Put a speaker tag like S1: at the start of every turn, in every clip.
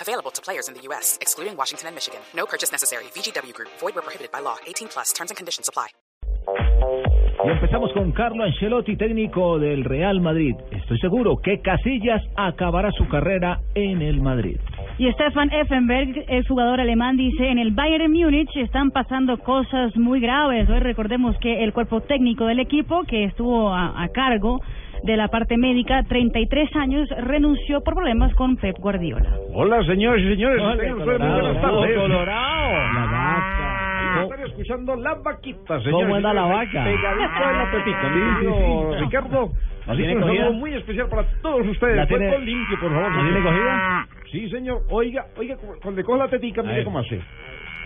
S1: Available to players in the U.S., excluding Washington and Michigan. No purchase necessary. VGW Group, void were prohibited by law. 18 plus terms and conditions apply.
S2: Y empezamos con Carlo Ancelotti, técnico del Real Madrid. Estoy seguro que Casillas acabará su carrera en el Madrid.
S3: Y Stefan Effenberg, el jugador alemán, dice, en el Bayern Múnich están pasando cosas muy graves. Hoy recordemos que el cuerpo técnico del equipo, que estuvo a, a cargo de la parte médica, 33 años, renunció por problemas con Pep Guardiola.
S4: Hola, señores y señores. Tengan ustedes muy buenas tardes.
S2: La
S4: Ah,
S2: vaca.
S4: Están escuchando la vaquita, señores.
S2: ¿Cómo
S4: y
S2: anda la
S4: señores.
S2: vaca?
S4: Pegadito en la pepita, mi
S2: Sí, sí,
S4: querido
S2: sí.
S4: Ricardo.
S2: ¿La
S4: Así
S2: tiene
S4: que un saludo
S2: cogida?
S4: muy especial para todos ustedes.
S2: ¿La
S4: Fue
S2: tiene-
S4: con limpio, por favor.
S2: ¿La tiene
S4: señores.
S2: cogida?
S4: Sí, señor. Oiga, oiga, cu- cuando le coge la tetica,
S2: ver.
S4: mire cómo hace.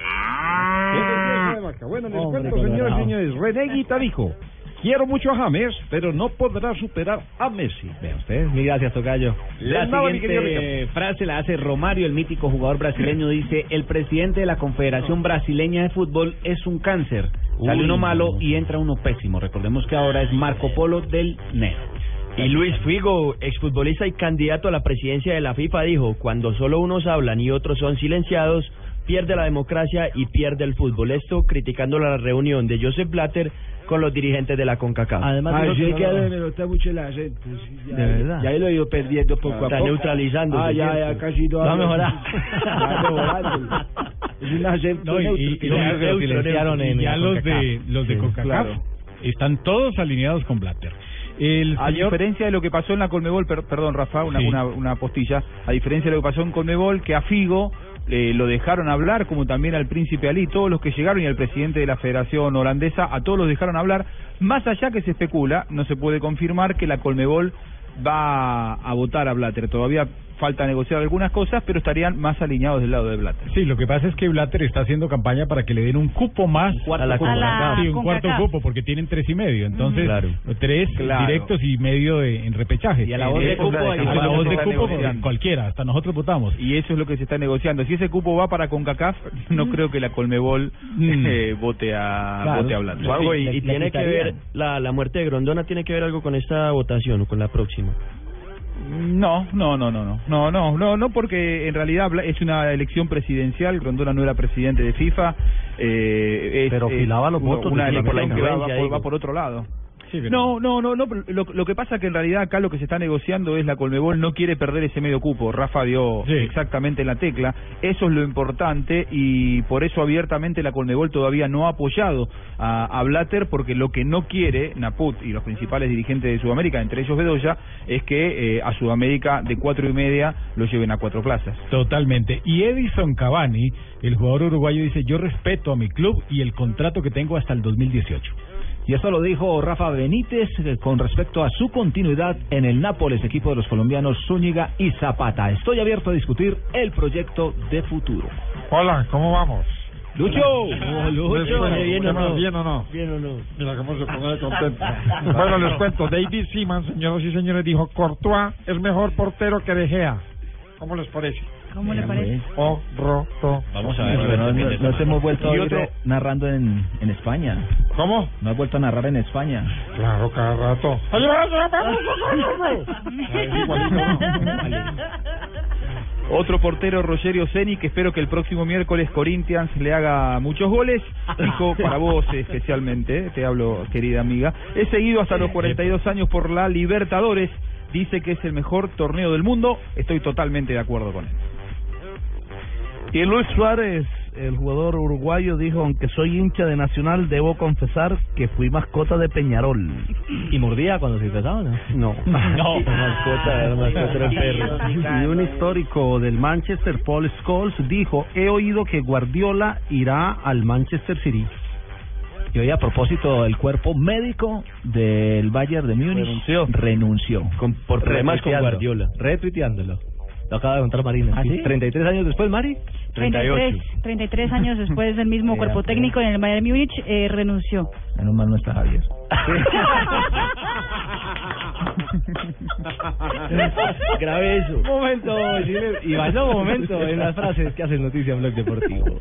S4: Esa es la vaca. Bueno, les
S2: Hombre,
S4: cuento,
S2: colorado.
S4: señores y señores. René Guita dijo, quiero mucho a James, pero no podrá superar a Messi.
S5: Vea usted, mil gracias Tocayo. La
S4: De nada, mi querido
S5: siguiente
S4: Ricardo.
S5: frase la hace Romario, el mítico jugador brasileño, dice, el presidente de la Confederación Brasileña de Fútbol es un cáncer. Sale
S2: Uy,
S5: uno malo
S2: no.
S5: y entra uno pésimo. Recordemos que ahora es Marco Polo del NET.
S6: Y Luis Figo, exfutbolista y candidato a la presidencia de la FIFA, dijo, cuando solo unos hablan y otros son silenciados, pierde la democracia y pierde el fútbol. Esto criticando la reunión de Joseph Blatter con los dirigentes de la CONCACAF.
S2: Ah,
S5: Además, dijo que no-
S2: nota mucho el acento. sí, ya-
S5: De verdad.
S2: Ya lo he ido perdiendo poco a poco.
S6: Está neutralizando,
S2: Ah,
S6: es
S2: ya,
S6: cierto.
S2: ya casi no.
S5: Va a
S2: hablo.
S5: mejorar.
S2: Va mejorando. Es un acento
S7: No, y- y-
S2: neutro.
S7: y los
S2: Ya,
S7: neutros,
S2: neutro,
S5: silenciaron
S2: neutro.
S5: en-
S7: Y ya
S5: la
S7: los
S5: CONCACAF.
S7: de los de
S5: Sí,
S7: CONCACAF
S5: claro.
S7: están todos alineados con Blatter. El
S8: A
S7: señor
S8: diferencia de lo que pasó en la Colmebol, per- perdón Rafa, una,
S7: Sí.
S8: una, una postilla, a diferencia de lo que pasó en Colmebol, que a Figo eh, lo dejaron hablar, como también al príncipe Ali, todos los que llegaron y al presidente de la Federación Holandesa, a todos los dejaron hablar, más allá que se especula, no se puede confirmar que la Colmebol va a votar a Blatter, todavía falta negociar algunas cosas, pero estarían más alineados del lado de Blatter.
S7: Sí, lo que pasa es que Blatter está haciendo campaña para que le den un cupo más
S5: cuarto
S3: cupo. A la
S7: Sí, un
S3: CONCACAF.
S7: cuarto cupo, porque tienen tres y medio. Entonces,
S5: Claro.
S7: tres
S8: Claro.
S7: directos y medio de- en repechaje.
S5: Y a la voz de
S7: Eh,
S5: cupo hay-
S7: a la voz de
S8: Está
S7: cupo,
S8: negociando.
S7: cualquiera, hasta nosotros votamos.
S8: Y eso es lo que se está negociando. Si ese cupo va para CONCACAF, no creo que la Colmebol
S7: Mm.
S8: eh, vote a
S7: Claro.
S8: vote a Blatter.
S7: Juan,
S6: Juanjo,
S7: Sí,
S6: y,
S7: la-
S6: y
S7: la
S6: tiene que
S7: quitarían.
S6: ver, la, la muerte de Grondona tiene que ver algo con esta votación o con la próxima.
S8: No, no, no, no, no, no, no, no, no, porque en realidad Bla- es una elección presidencial. Grondona no era presidente de FIFA. Eh, es-
S5: Pero
S8: es
S5: filaba los
S8: una-
S5: votos
S8: Una
S5: de la
S8: elección que va, va
S6: influencia,
S8: por,
S6: digo.
S8: va por otro lado.
S7: Sí, pero-
S8: No, no, no, no. pero Lo, lo que pasa que en realidad acá lo que se está negociando es la Colmebol no quiere perder ese medio cupo. Rafa dio
S7: Sí.
S8: exactamente en la tecla. Eso es lo importante y por eso abiertamente la Colmebol todavía no ha apoyado a, a Blatter porque lo que no quiere Naput y los principales dirigentes de Sudamérica, entre ellos Bedoya, es que eh, a Sudamérica de cuatro y media lo lleven a cuatro plazas.
S7: Totalmente. Y Edison Cavani, el jugador uruguayo, dice, yo respeto a mi club y el contrato que tengo hasta el 2018.
S2: Y eso lo dijo Rafa Benítez eh, con respecto a su continuidad en el Nápoles, equipo de los colombianos Zúñiga y Zapata. Estoy abierto a discutir el proyecto de futuro.
S4: Hola, ¿cómo vamos?
S2: Oh, Lucho,
S4: Bueno,
S6: ¿Bien o no?
S4: ¿Bien o no?
S6: Bien o no.
S4: Mira cómo se pone de contento. bueno, les cuento. David Seaman, señoras y señores, dijo, Courtois es mejor portero que De Gea. ¿Cómo les parece?
S3: ¿Cómo
S8: Eh,
S3: le parece?
S4: Horroroso.
S7: Vamos
S2: Pero no, no- no te hemos vuelto a
S8: Y
S2: oír
S8: otro-
S2: eh, narrando en, en España.
S4: ¿Cómo?
S2: No has vuelto a narrar en España.
S4: Claro, cada rato.
S8: Otro portero, Rogerio Zeni, que espero que el próximo miércoles Corinthians le haga muchos goles. Dijo, para vos especialmente, eh, te hablo, querida amiga. He seguido hasta los 42 años por la Libertadores. Dice que es el mejor torneo del mundo. Estoy totalmente de acuerdo con él.
S9: Y Luis Suárez, el jugador uruguayo, dijo, aunque soy hincha de Nacional, debo confesar que fui mascota de Peñarol.
S6: ¿Y mordía cuando se trataba no?
S9: No.
S7: No.
S6: mascota, era mascota, era un perro.
S9: Y un histórico del Manchester, Paul Scholes, dijo, he oído que Guardiola irá al Manchester City.
S2: Y hoy a propósito el cuerpo médico del Bayern de Múnich
S6: Renunció.
S2: renunció.
S6: Con- por problemas con
S9: Retuiteando.
S6: Guardiola. Retuiteándolo. Lo acaba de contar Marina.
S2: ¿Ah, sí?
S6: 33 años después, Mari.
S3: 33, 33 años después del mismo
S6: Vea,
S3: cuerpo
S6: pues.
S3: técnico en el Bayern Múnich eh, renunció.
S6: Menos mal no está Javier.
S8: Grave eso. Momento, Chile. Y bailó momento en las frases que hacen noticia en Blog Deportivo.